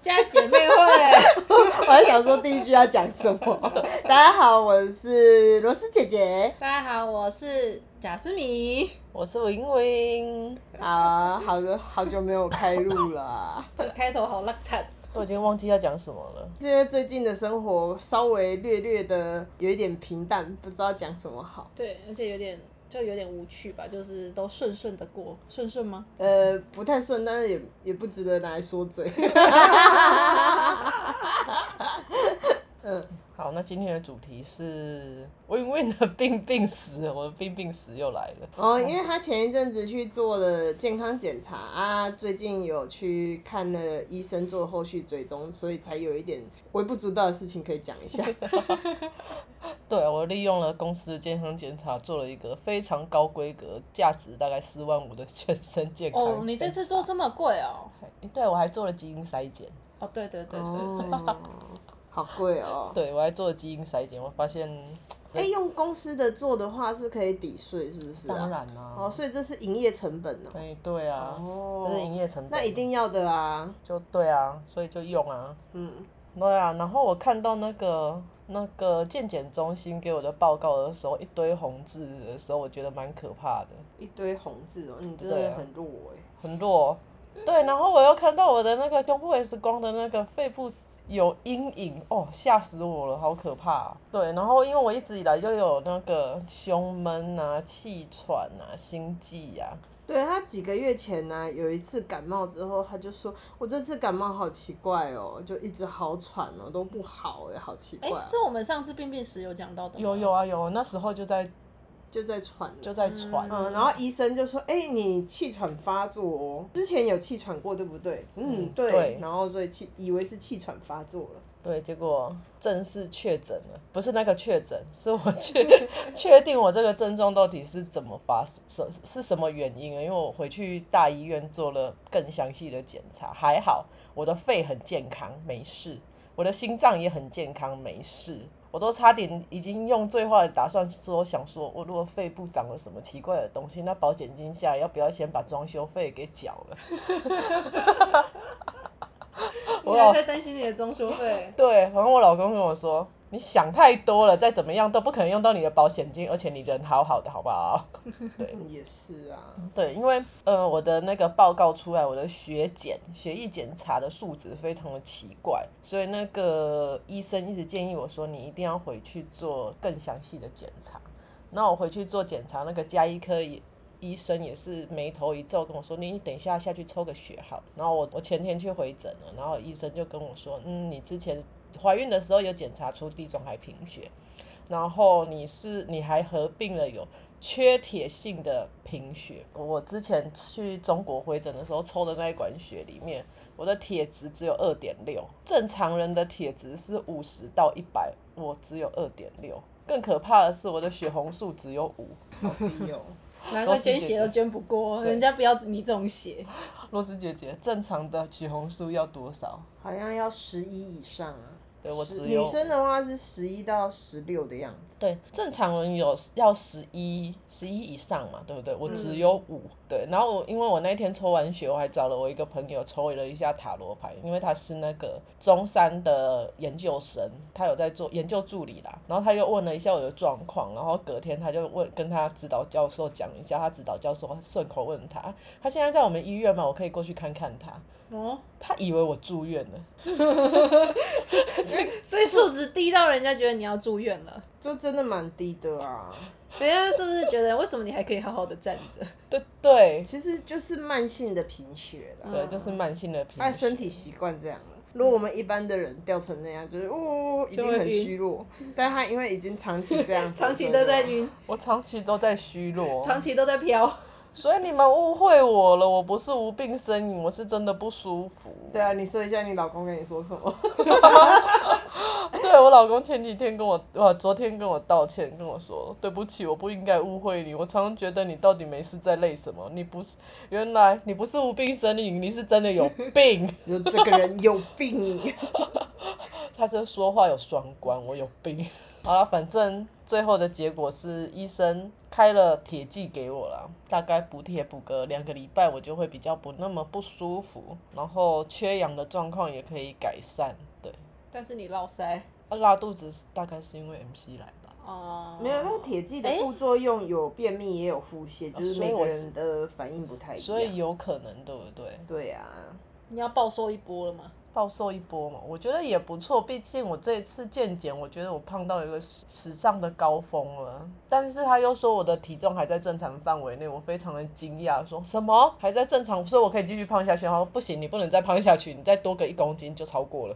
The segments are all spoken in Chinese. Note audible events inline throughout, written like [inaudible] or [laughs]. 家姐妹 [laughs] 会， [laughs] 我在想说第一句要讲什么。大家好，我是罗斯姐姐。大家好，我是贾思 [laughs] 米。我是文文，啊，好的，好久没有开录了啊，这个开头好烂惨，都已经忘记要讲什么了。是因为最近的生活稍微略略的有一点平淡，不知道讲什么好。对，而且有点就有点无趣吧，就是都顺顺的过，顺顺吗？呃，不太顺，但是也也不值得拿来说嘴。好，那今天的主题是文文的病病史，我的病病史又来了。哦，因为他前一阵子去做了健康检查啊，最近有去看了医生做后续追踪，所以才有一点微不足道的事情可以讲一下。对，啊我利用了公司的健康检查，做了一个非常高规格，价值大概四万五的全身健康检查。哦，你这次做这么贵哦？哎？对，我还做了基因筛检。哦，对对对对，哦， [laughs] 好贵哦。对，我还做了基因筛检，我发现，哎、用公司的做的话是可以抵税，是不是、啊？当然啦、哦，所以这是营业成本呢、哎、对啊，哦这是营业成本，那一定要的啊。就对啊，所以就用啊。嗯，对啊，然后我看到那个那个健检中心给我的报告的时候，一堆红字的时候，我觉得蛮可怕的，一堆红字哦，你真对的啊很弱哎、很弱。对，然后我又看到我的那个胸部 X 光的那个肺部有阴影，哦，吓死我了，好可怕、啊对，然后因为我一直以来就有那个胸闷啊、气喘啊、心悸啊，对他几个月前呢、啊有一次感冒之后，他就说：“我这次感冒好奇怪哦，就一直好喘哦，都不好哎，好奇怪、哎、哦。是我们上次病病时有讲到的吗？有有啊有，那时候就在就在喘。就在喘，嗯，然后医生就说：“哎、你气喘发作哦，之前有气喘过对不对？”嗯，嗯对。对然后所以气以为是气喘发作了。对，结果正式确诊了，不是那个确诊，是我确 [laughs] 确定我这个症状到底是怎么发生，是是什么原因啊？因为我回去大医院做了更详细的检查，还好我的肺很健康，没事，我的心脏也很健康，没事。我都差点已经用最坏的打算说，想说我如果肺部长了什么奇怪的东西，那保险金下来要不要先把装修费给缴了？。你还在担心你的装 [laughs] 修费对，然后我老公跟我说：“你想太多了，再怎么样都不可能用到你的保险金，而且你人好好的，好不好嗯，也是啊。？”对，因为呃，我的那个报告出来，我的血检、血液检查的数值非常的奇怪，所以那个医生一直建议我说：“你一定要回去做更详细的检查。”那我回去做检查，那个加医科也。医生也是眉头一皱，跟我说：“你等一下下去抽个血好。”然后我我前天去回诊了，然后医生就跟我说：“嗯，你之前怀孕的时候有检查出地中海贫血，然后你是你还合并了有缺铁性的贫血。我之前去中国回诊的时候抽的那一管血里面，我的铁值只有二点六，正常人的铁值是五十到一百，我只有二点六。更可怕的是，我的血红素只有五。好低哦。难怪捐血都捐不过，对人家不要你这种血。罗斯姐姐，正常的血红素要多少？好像要十一以上啊。对我十只女有生的话是十一到十六的样子。对，正常人有要十一十一以上嘛，对不对？我只有五、对。然后我因为我那天抽完血，我还找了我一个朋友抽了一下塔罗牌，因为他是那个中山的研究生，他有在做研究助理啦。然后他又问了一下我的状况，然后隔天他就问跟他指导教授讲一下，他指导教授顺口问他，他现在在我们医院嘛，我可以过去看看他。哦，他以为我住院了，所以数值低到人家觉得你要住院 [laughs] 了。就真的蛮低的啊，人家是不是觉得为什么你还可以好好的站着？对对其实就是慢性的贫血啦，对，就是慢性的贫他血。身体习惯这样了。如果我们一般的人掉成那样，就是呜，一定就会很晕虚弱。但他因为已经长期这样 [laughs] 子，长期都在晕，我长期都在虚弱，长期都在飘。所以你们误会我了，我不是无病呻吟，我是真的不舒服。对啊，你说一下你老公跟你说什么？ [laughs] 对我老公前几天跟我，哇，昨天跟我道歉，跟我说对不起，我不应该误会你。我常常觉得你到底没事在累什么？你不是原来你不是无病呻吟，你是真的有病。 [laughs] 就这个人有病，他这说话有双关，我有病。 [laughs] 好了，反正最后的结果是医生开了铁剂给我了，大概补铁补个两个礼拜，我就会比较不那么不舒服，然后缺氧的状况也可以改善。对，但是你落腮啊拉肚子是大概是因为 MC 来吧。哦，没有，那铁剂的副作用有便秘，也有腹泻，就是哦所以每个我是人的反应不太一样。所以有可能，对不对？对啊，你要暴瘦一波了吗？暴瘦一波嘛，我觉得也不错。毕竟我这一次健检，我觉得我胖到一个史史上的高峰了。但是他又说我的体重还在正常范围内，我非常的惊讶，说什么还在正常，所以我可以继续胖下去。然后不行，你不能再胖下去，你再多个一公斤就超过了。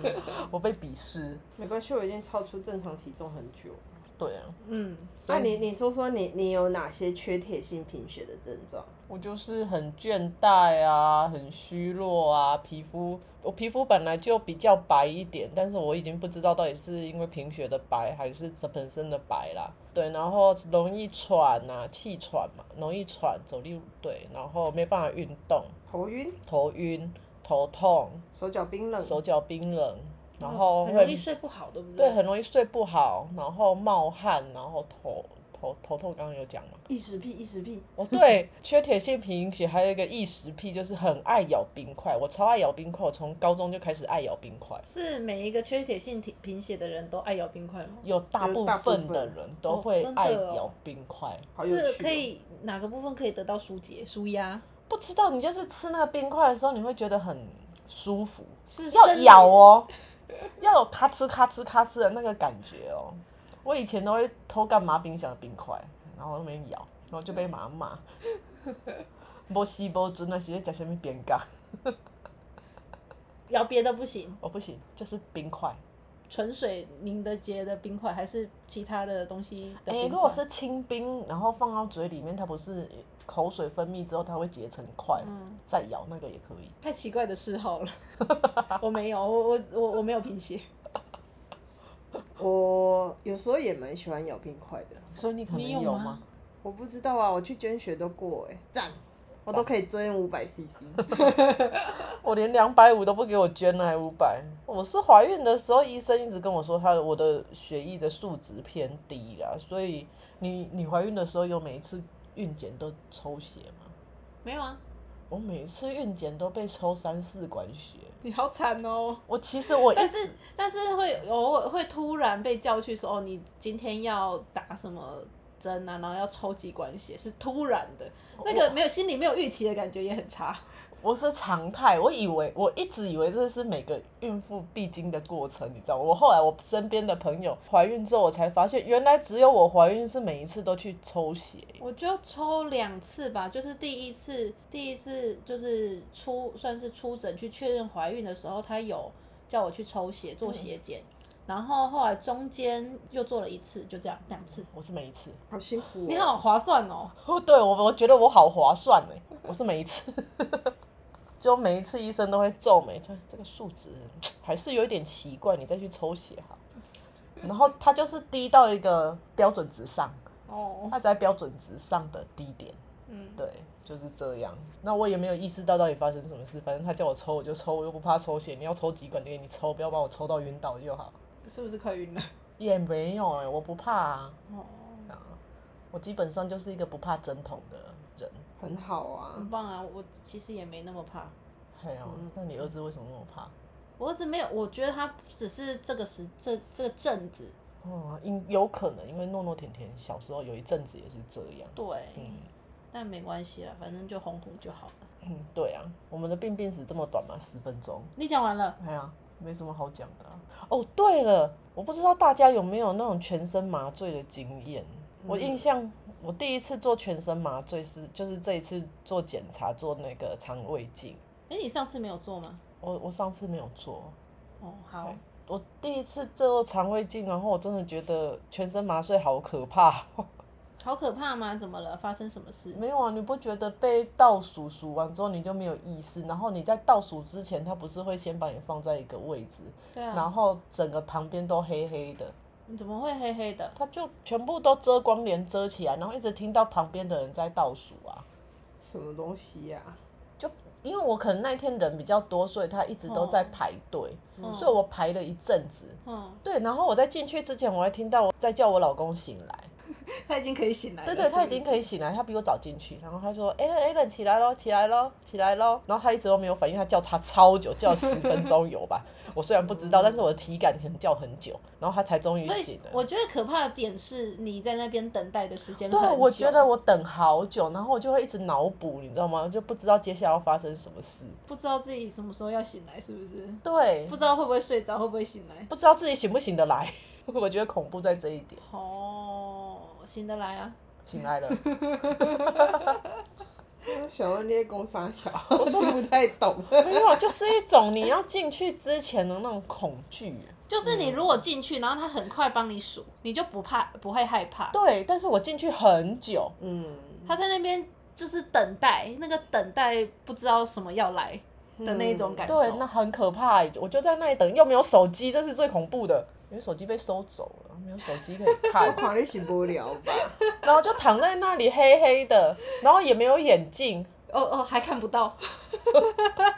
[laughs] 我被鄙视，没关系，我已经超出正常体重很久了。对啊，嗯，那、你你说说你你有哪些缺铁性贫血的症状？我就是很倦怠啊，很虚弱啊，皮肤我皮肤本来就比较白一点，但是我已经不知道到底是因为贫血的白还是本身的白啦。对，然后容易喘啊，气喘嘛，容易喘，走路对，然后没办法运动，头晕、头晕、头痛、手脚冰冷、手脚冰冷，然后嗯很会容易睡不好，对不对，很容易睡不好，然后冒汗，然后头头头痛，刚刚有讲嘛。异食癖、异食癖，哦，对，缺铁性贫血还有一个异食癖，就是很爱咬冰块。我超爱咬冰块，我从高中就开始爱咬冰块。是每一个缺铁性贫贫血的人都爱咬冰块吗？有大就是部大部分分的人都哦会真的爱哦咬冰块，好有趣、哦是可。以哪个部分可以得到疏解、舒压？不知道你就是吃那个冰块的时候，你会觉得很舒服，是要生理咬哦，要有咔哧咔哧咔哧的那个感觉哦。我以前都会偷干妈冰箱的冰块，然后那边咬，然后就被妈妈 [laughs] 骂。波西波尊那些讲什么边干，咬别的不行，哦我、不行，就是冰块。纯水凝的结的冰块还是其他的东西的哎、冰块？如果是清冰，然后放到嘴里面，它不是口水分泌之后，它会结成块，嗯再咬那个也可以。太奇怪的嗜好 [laughs] 了，我没有，我我我我没有贫血，我有时候也蛮喜欢咬冰块的，所以你可能你有有吗吗？我不知道啊，我去捐血都过哎、赞，我都可以捐五百 CC。我连两百五都不给我捐了，还五百。我是怀孕的时候，医生一直跟我说，他的我的血液的数值偏低啦，所以你你怀孕的时候有每一次孕检都抽血吗？没有啊，我每一次孕检都被抽三四管血。你好惨哦。我其实我一但直是但是会偶尔会突然被叫去说哦，你今天要打什么针啊，然后要抽几管血，是突然的，那个没有心里没有预期的感觉也很差。我是常态，我以为我一直以为这是每个孕妇必经的过程，你知道吗？我后来我身边的朋友怀孕之后，我才发现原来只有我怀孕是每一次都去抽血，我就抽两次吧，就是第一次第一次就是出算是出诊去确认怀孕的时候，他有叫我去抽血做血检。然后后来中间又做了一次，就这样两次。我是每一次。好辛苦、哦。你，好划算哦！哦， [laughs] 对我我觉得我好划算呢，我是每一次，就每一次医生都会皱眉，这这个数值还是有一点奇怪，你再去抽血哈。然后它就是低到一个标准值上，哦，它在标准值上的低点。嗯，对，就是这样。那我也没有意识到到底发生什么事，反正他叫我抽我就抽，我又不怕抽血。你要抽几管就给你抽，不要把我抽到晕倒就好。是不是快晕了？也没有哎、我不怕啊哦，啊我基本上就是一个不怕针筒的人。很好很啊。棒啊！我其实也没那么怕，哎呀、嗯那你儿子为什么那么怕？我儿子没有，我觉得他只是这个时这这个阵子，哦，因有可能因为诺诺甜甜小时候有一阵子也是这样。对，嗯但没关系啦，反正就哄哄就好了。嗯，对啊，我们的病病史这么短嘛，十分钟。你讲完了，哎呀，没什么好讲的啊、哦，对了，我不知道大家有没有那种全身麻醉的经验。我印象，我第一次做全身麻醉是，就是这一次做检查做那个肠胃镜。哎、你上次没有做吗？我我上次没有做，哦，好对，我第一次做肠胃镜，然后我真的觉得全身麻醉好可怕。 [laughs] 好可怕吗？怎么了？发生什么事？没有啊，你不觉得被倒数数完之后你就没有意识？然后你在倒数之前，他不是会先把你放在一个位置，对啊然，后整个旁边都黑黑的，你怎么会黑黑的？他就全部都遮光帘遮起来，然后一直听到旁边的人在倒数啊。什么东西呀、就因为我可能那一天人比较多，所以他一直都在排队，嗯所以我排了一阵子。嗯，对，然后我在进去之前，我还听到我在叫我老公醒来。他已经可以醒来了。对对，他是已不是经可以醒来，他比我早进去。然后他说：“Allen Allen 起来喽，起来喽，起来喽。”然后他一直都没有反应，他叫他超久，叫十分钟有吧。我虽然不知道，但是我的体感可能叫很久，然后他才终于嗯所醒以了。我觉得可怕的点是你在那边等待的时间很久。对，我觉得我等好久，然后我就会一直脑补，你知道吗？就不知道接下来要发生什么事。不知道自己什么时候要醒来，是不是？对不，知道会不会睡着，会不会醒来？不知道自己醒不醒得来。 [laughs] 我觉得恐怖在这一点，哦，醒得来啊！醒来了。想问那些工商小，我说不太 [laughs] 懂。 [laughs] 没有，就是一种你要进去之前的那种恐惧。就是嗯你如果进去，然后他很快帮你数，你就不怕，不会害怕。对，但是我进去很久，嗯，他在那边就是等待，那个等待不知道什么要来的那一种感受。嗯对，那很可怕。欸我就在那里等，又没有手机，这是最恐怖的。因为手机被收走了，没有手机可以看 [laughs] 我，看你是无聊吧？然后就躺在那里黑黑的，然后也没有眼镜，哦哦，还看不到。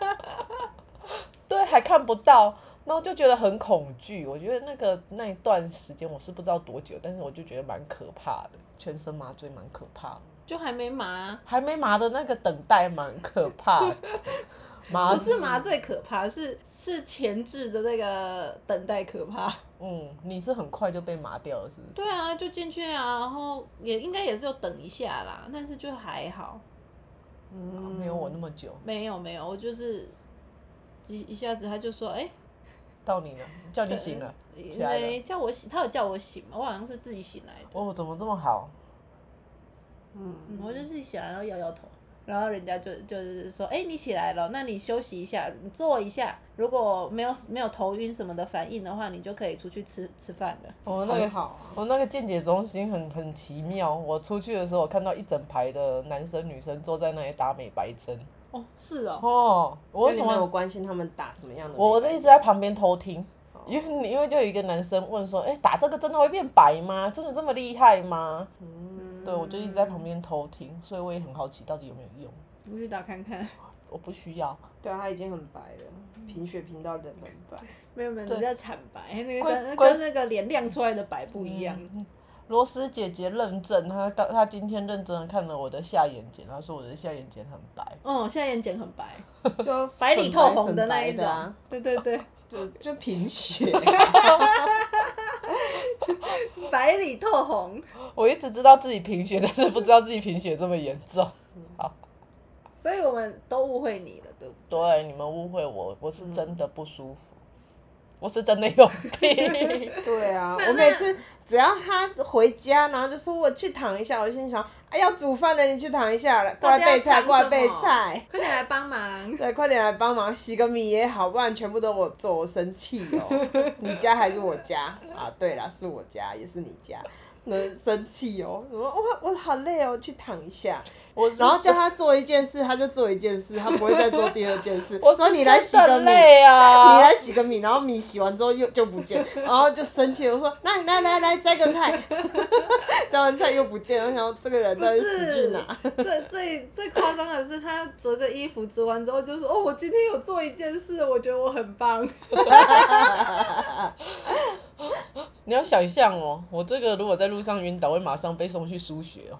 [laughs] 对，还看不到，然后就觉得很恐惧。我觉得那个那一段时间我是不知道多久，但是我就觉得蛮可怕的，全身麻醉蛮可怕的，就还没麻，还没麻的那个等待蛮可怕的，麻嗯不是麻醉可怕，是是前置的那个等待可怕。 [laughs] 嗯，你是很快就被麻掉了，是不是？对啊，就进去啊，然后也应该也是有等一下啦，但是就还好，嗯，啊没有我那么久，没有没有，我就是一一下子他就说，哎、到你了，叫你醒了，嗯起来了没叫我醒，他有叫我醒嘛，我好像是自己醒来的，哦，怎么这么好？嗯嗯，我就自己醒来，然后摇摇头。然后人家就就是说，哎，你起来了，那你休息一下，你坐一下。如果没有没有头晕什么的反应的话，你就可以出去吃吃饭了。我那很个好。我那个健检中心很很奇妙，我出去的时候我看到一整排的男生女生坐在那里打美白针。哦，是哦，哦，我为那什你没有么？关心他们打什么样的美白针？我我就一直啊在旁边偷听，哦因为因为就有一个男生问说，哎、打这个真的会变白吗？真的这么厉害吗？嗯，对，我就一直在旁边偷听，所以我也很好奇到底有没有用。我去打看看。我不需要，对啊，他已经很白了，贫血贫到人很白。 [laughs] [laughs] 没有没有，对你叫惨白，那龟个跟龟跟那个脸亮出来的白不一样。罗斯姐姐认证，她当她今天认真的看了我的下眼睑，她说我的下眼睑很白。嗯，现在眼睑很白，就白里透红粉的那白一啊粉种。白对的啊对 [laughs] 对，就就贫 [laughs] 血。白里透红，我一直知道自己贫血，但是不知道自己贫血这么严重。 [laughs] 所以我们都误会你了，对不对？对，你们误会我，我是真的不舒服，嗯我是真的有 [laughs] 病。对啊，那我每次只要他回家，然后就说我去躺一下，我心想，哎，要煮饭了，你去躺一下了，过来备菜，过来备菜。，快点来帮忙。对，快点来帮忙洗个米也好，不然全部都我做，我生气 [laughs] 哦。你家还是我家啊？对啦，是我家，也是你家，那生气哦。我我我好累哦，去躺一下。我然后叫他做一件事，他就做一件事，他不会再做第二件事。我说是你来洗真个的米，累 [laughs] 啊！你来洗个米，然后米洗完之后又就不见，然后就生气，我说那你来来来摘个菜， [laughs] 摘完菜又不见，我想说这个人不到底死去是哪？，最最最夸张的是，他折个衣服折完之后就说：“哦，我今天有做一件事，我觉得我很棒。你要想象哦，我这个如果在路上晕倒，会马上被送去输血哦。”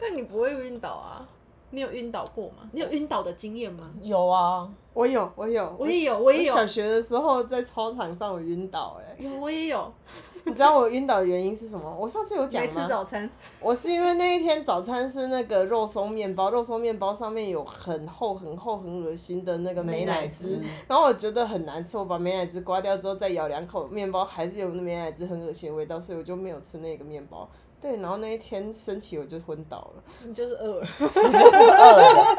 但你不会晕倒啊？你有晕倒过吗？你有晕倒的经验吗？有啊， [laughs] 我有，我有，我也有我也有小学的时候在操场上我晕倒哎、欸有，我也有，你知道我晕倒的原因是什么？我上次有讲没吗？吃早餐。我是因为那一天早餐是那个肉松面包，肉松面包上面有很厚很厚很恶心的那个美乃滋美乃滋，然后我觉得很难吃，我把美乃滋刮掉之后再咬两口，面包还是有那美乃滋很恶心的味道，所以我就没有吃那个面包。对，然后那一天升旗我就昏倒了，你就是饿了。你就是饿了。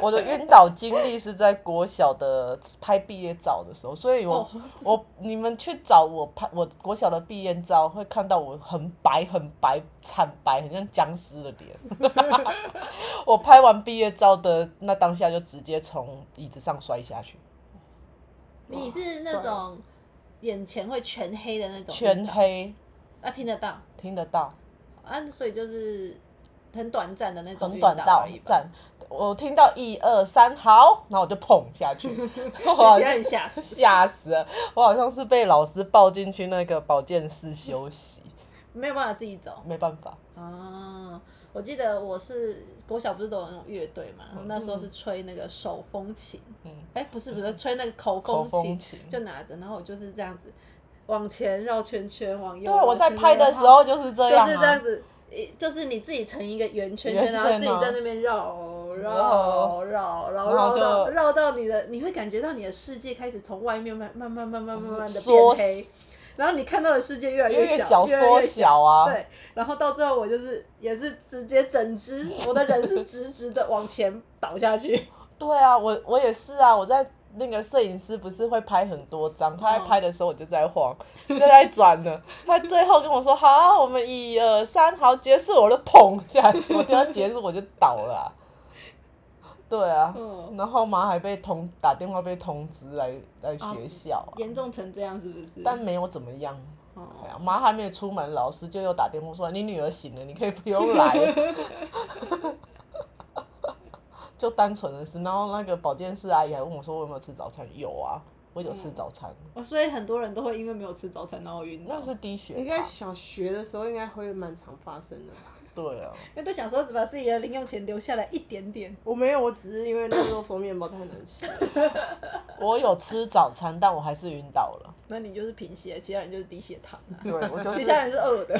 [laughs] 我的晕倒经历是在国小的拍毕业照的时候，所以我、哦我你们去找我拍我国小的毕业照，会看到我很白很白惨白，很像僵尸的脸。 [laughs] 我拍完毕业照的那当下就直接从椅子上摔下去，你是那种眼前会全黑的那种，全黑，啊听得到听得到。啊，所以就是很短暂的那种很晕短倒到而已吧，站，我听到一二三，好，然后我就砰下 [laughs] 去，我被好其他像人吓死。吓死了，我好像是被老师抱进去那个保健室休息，没有办法自己走没办法，啊！我记得我是国小不是都有那种乐队嘛，我那时候是吹那个手风琴，嗯，哎、不是不是吹那个口风口琴，风琴就拿着，然后我就是这样子往前绕圈圈，往右对，绕圈圈。我在拍的时候就是这然样后就是这啊样，子。一就是你自己成一个圆圈圆圈，圈然后自己哦在那边绕绕绕绕，然后然后绕到就绕到你的，你会感觉到你的世界开始从外面慢慢慢慢慢慢慢的变缩黑，然后你看到的世界越来因为小，越来缩越小啊，对，然后到最后我就是也是直接整只我的人是直直的往前倒下去，对啊，我我也是啊，我在那个摄影师不是会拍很多张，他嗯在拍的时候我就在晃，就在转呢。他最后跟我说：“好，我们一二三，好，结束。”我就砰下去，我听到结束我就倒了啊、对啊，嗯然后妈还被通打电话被通知来来学校啊、严重成这样是不是？但没有怎么样。对哦，啊妈还没有出门，老师就又打电话说：“你女儿醒了，你可以不用来了。” [laughs] 就单纯的是，然后那个保健室阿姨还问我说：“我有没有吃早餐？”有啊，我有吃早餐，哦所以很多人都会因为没有吃早餐然后晕倒那，是低血应该糖。小学的时候应该会蛮常发生的吧。对啊，因为都想说只把自己的零用钱留下来一点点。我没有，我只是因为那个肉松面包太难吃了。我有吃早餐，但我还是晕倒了。那你就是贫血，其他人就是低血糖 [laughs] 啊，对，我就其是他人是饿的。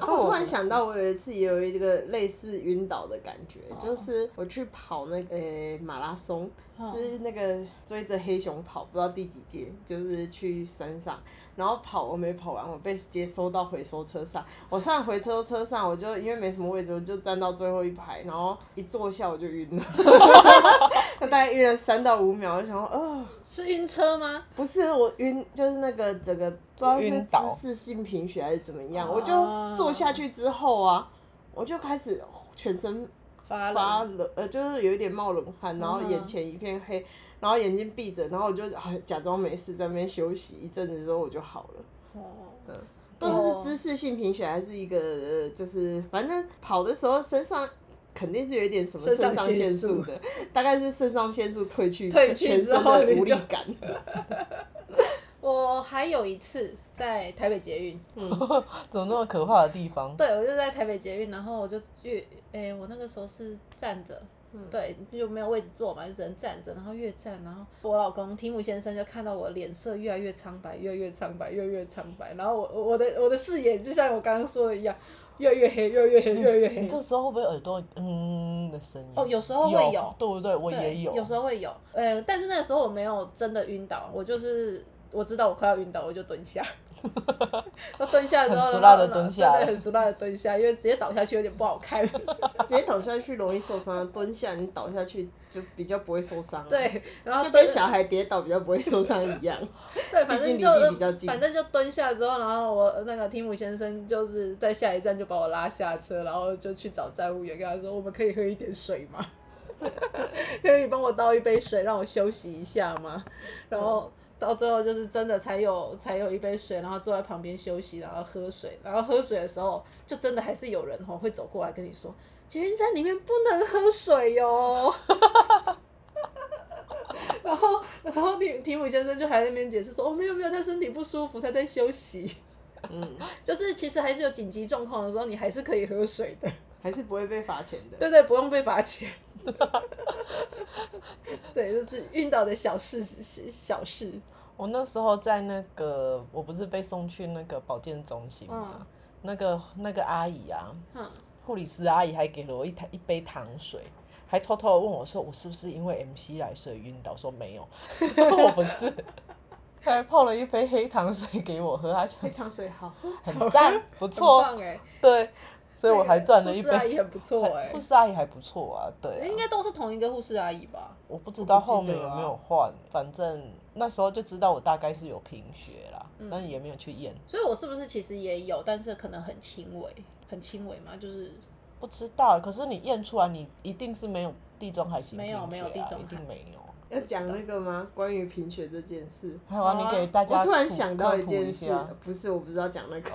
啊，我突然想到，我有一次也有一个类似晕倒的感觉，就是我去跑那个、呃马拉松，嗯是那个追着黑熊跑，不知道第几届，就是去山上，然后跑我没跑完，我被接收到回收车上，我上回收车上，我就因为没什么位置，我就站到最后一排，然后一坐下我就晕了， [laughs] 大概晕了三到五秒，我就想说，呃，是晕车吗？不是我晕，就是那个整个啊不知道是晕倒姿势性贫血还是怎么样，哦我就坐下去之后啊，我就开始全身发发了，冷，呃，就是有一点冒冷汗，然后嗯眼前一片黑，然后眼睛闭着，然后我就、啊假装没事，在那边休息一阵子之后我就好了。哦，不知道哦是姿势性贫血还是一个，呃就是反正跑的时候身上肯定是有一点什么肾上肾上腺素腺的，大概是肾上腺素褪去，褪去全之身后的你无力就感。我还有一次在台北捷运，怎么那么可怕的地方？对，我就在台北捷运，然后我就越，诶、我那个时候是站着，嗯对，就没有位置坐嘛，就只能站着，然后越站，然后我老公提姆先生就看到我脸色越来越苍白，越来越苍白，越来越苍白，然后我我的我的视野就像我刚刚说的一样，越来越黑，越来越黑，越来越黑你。这时候会不会耳朵嗯的声音？哦有时候会有对不对？我对也有，有时候会有，呃，但是那个时候我没有真的晕倒，我就是我知道我快要晕倒，我就蹲下， [laughs] 我蹲下之后，很俗然辣后地呢蹲下对对，很俗辣的蹲下，因为直接倒下去有点不好看。 [laughs] 直接倒下去容易受伤，蹲下你倒下去就比较不会受伤、，啊对，然后就蹲跟小孩跌倒比较不会受伤一样。对，反正毕就呃竟离地比较近反正就蹲下之后，然后我呃那个提姆先生就是在下一站就把我拉下车，然后就去找站务员，跟他说：“我们可以喝一点水 [laughs] 吗？可以帮我倒一杯水，让我休息一下吗？”然后。到最后就是真的才有才有一杯水，然后坐在旁边休息，然后喝水，然后喝水的时候就真的还是有人吼会走过来跟你说，捷运站里面不能喝水哟、然后，然后提提姆先生就还在那边解释说：“哦，没有没有，他身体不舒服，他在休息。嗯，” [laughs] 就是其实还是有紧急状况的时候，你还是可以喝水的。 [laughs] [laughs] 还是不会被罚钱的。对对，不用被罚钱。 [laughs] 对，就是晕倒的小事小小事。我那时候在那个，我不是被送去那个保健中心嘛，嗯那个那个阿姨啊，嗯，护理师阿姨还给了我一台一杯糖水，还偷偷地问我说我是不是因为 MC 来所以晕倒，说没有， [laughs] 我不是，她 [laughs] 还泡了一杯黑糖水给我喝，她想黑糖水好，很赞，不很错，棒哎，对，所以那我个还赚了护一士阿杯。姨很不错哎护，士阿姨还不错啊，对啊应该都是同一个护士阿姨吧？我不知道我不记后面得有啊没有换，反正那时候就知道我大概是有贫血啦，嗯但也没有去验，所以我是不是其实也有，但是可能很轻微，很轻微嘛，就是不知道，欸可是你验出来，你一定是没有地中海型没有贫血啊没有地中海一定没有。要讲那个吗？关于贫血这件事。还有啊，你给大家我突然普想到科一普件下哦事，不是我不知道讲那个，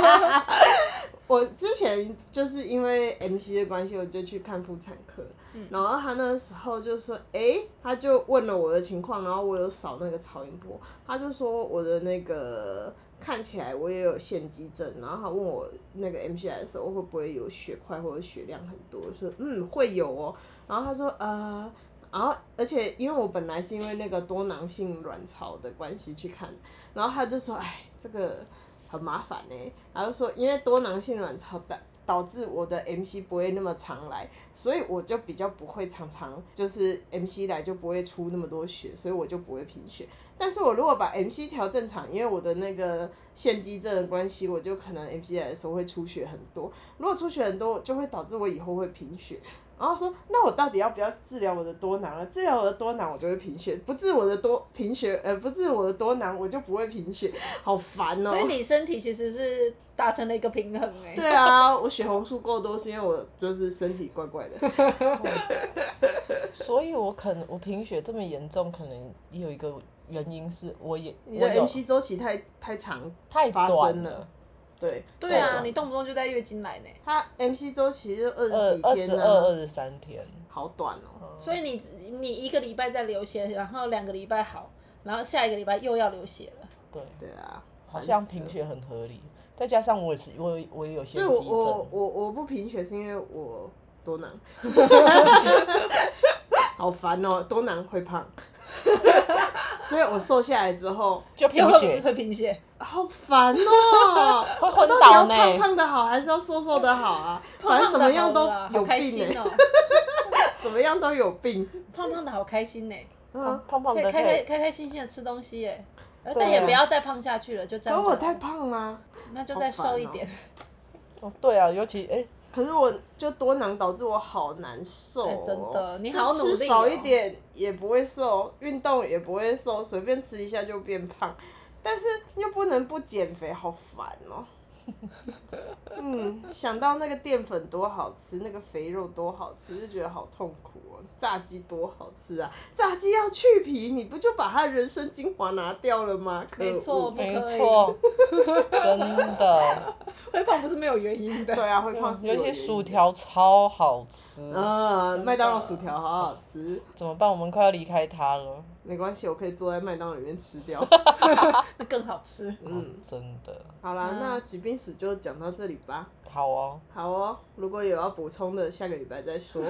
[laughs] 我之前就是因为 MC 的关系，我就去看妇产科，然后他那时候就说，诶，他就问了我的情况，然后我有扫那个超音波，他就说我的那个看起来我也有腺肌症，然后他问我那个 MC 来的时候会不会有血块或者血量很多，我说嗯会有哦，然后他说呃。然后，而且因为我本来是因为那个多囊性卵巢的关系去看，然后他就说：“哎，这个很麻烦呢、然后说，因为多囊性卵巢导导致我的 MC 不会那么常来，所以我就比较不会常常就是 MC 来就不会出那么多血，所以我就不会贫血。但是我如果把 MC 调正常，因为我的那个腺肌症的关系，我就可能 MC 来的时候会出血很多。如果出血很多，就会导致我以后会贫血。然后说，那我到底要不要治疗我的多囊啊？治疗我的多囊，我就会贫血；不治我的多贫血，呃，不治我的多囊，我就不会贫血。好烦哦、所以你身体其实是达成了一个平衡哎、对啊，我血红素够多是因为我就是身体怪 [laughs] 怪的。所以我可能我贫血这么严重，可能也有一个原因是我也你我的有 MC 周期太太长，太发短生了，对，对啊，对你动不动就在月经来呢、它 MC 周期就二二十几二十天二二啊，嗯十三天，好短哦、所以你你一个礼拜在流血，然后两个礼拜好，然后下一个礼拜又要流血了。对，对啊，好烦像死贫了。血很合理。再加上我也是，我有我也有所腺以我肌我症，我我不贫血是因为我多囊， [laughs] 好烦哦、多囊会胖， [laughs] 所以我瘦下来之后就就贫会血会贫血，好烦 [laughs] 哦、会昏到底倒要呢。哦胖胖的好，还是要瘦瘦的好 [laughs] 啊？胖反胖正的怎么样都好了啦有好开心病哎、哦、怎么样都有病。胖胖的好开心呢、欸嗯，胖胖可以的开可开以，开开心心的吃东西耶、呃对啊但也不要再胖下去了，就这可样就好。啊我太胖啦。那就再瘦一点。哦对啊，尤其哎、可是我就多囊导致我好难受、哦哎真的你就好努力哦吃少一点也不会瘦，运动也不会瘦，随便吃一下就变胖，但是又不能不减肥，好烦 [laughs] 哦、嗯，想到那个淀粉多好吃，那个肥肉多好吃，就觉得好痛苦哦、炸鸡多好吃啊！炸鸡要去皮，你不就把它人生精华拿掉了吗？可没错恶不可以没错，真的，会胖不是没有原因的。对啊，会胖死我的尤原其因薯，条超好吃， [laughs] 嗯，麦当劳薯真的条好好吃。怎么办？我们快要离开它了，没关系，我可以坐在麦当劳里面吃掉。 [laughs] 那更好吃。嗯嗯，真的好啦，嗯那疾病史就讲到这里吧。好 [laughs] 哦，好哦，如果有要补充的，下个礼拜再说。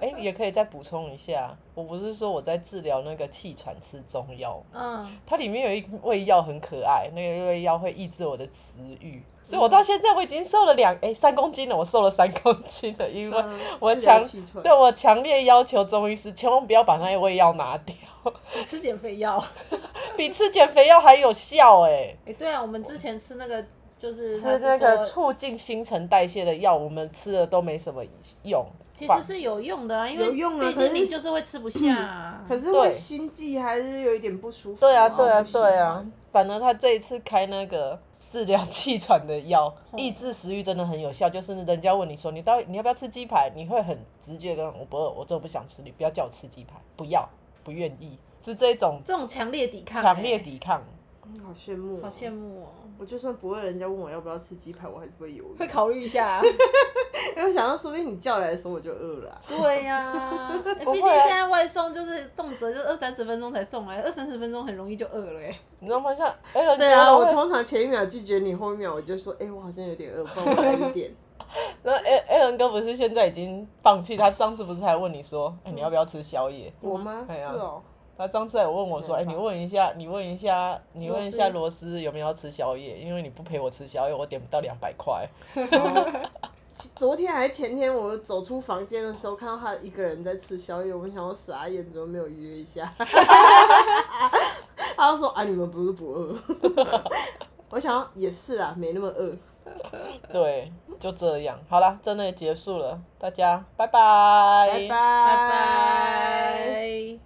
哎、也可以再补充一下，我不是说我在治疗那个气喘吃中药。嗯，它里面有一味药很可爱，那个味药会抑制我的食欲，所以我到现在我已经瘦了两哎、三公斤了，我瘦了三公斤 [laughs] 了，因为我嗯治疗强气喘对我强烈要求中医师千万不要把那一味药拿掉，你吃减肥药。比吃减肥药还有效哎、哎、对啊，我们之前吃那个就是他吃是那个说促进新陈代谢的药，我们吃的都没什么用。其实是有用的啊，因为有用啊毕可是竟你就是会吃不下、啊。可是我心悸还是有一点不舒服、对啊，对啊，不喜对啊欢。。反而他这一次开那个治疗气喘的药，嗯抑制食欲真的很有效。就是人家问你说你到底你要不要吃鸡排，你会很直接跟我不饿，我真的不想吃，你不要叫我吃鸡排，不要，不愿意，是这种这种强烈抵抗、欸，强烈，抵抗。嗯好羡慕、好羡慕。慕哦。我就算不会，人家问我要不要吃鸡排，我还是会犹豫。 [laughs] 会考虑一下、啊，因为我想到，说不定你叫来的时候我就饿了啊、对呀、 [laughs] 欸毕、不会竟啊现在外送就是动辄就二三十分钟才送来，二三十分钟很容易就饿了哎、你知道吗？像哎，人对家啊，都我会通常前一秒拒绝你，后一秒我就说，哎、我好像有点饿，帮我来一点。然后 A A 伦哥不是现在已经放弃？他上次不是还问你说，哎、嗯你要不要吃宵夜？我吗？哎是呀哦、他上次还有问我说，哎、对吧你问一下，你问一下，你问一下罗罗斯有没有要吃宵夜？因为你不陪我吃宵夜，我点不到两百块。昨天还前天，我走出房间的时候，看到他一个人在吃宵夜，我们想要傻眼，怎么没有约一下？ [laughs] 他就说啊，你们不是不饿？ [laughs] 我想要也是啊，没那么饿。对，就这样。好啦，哎真的结束了，大家拜拜，拜拜。拜拜。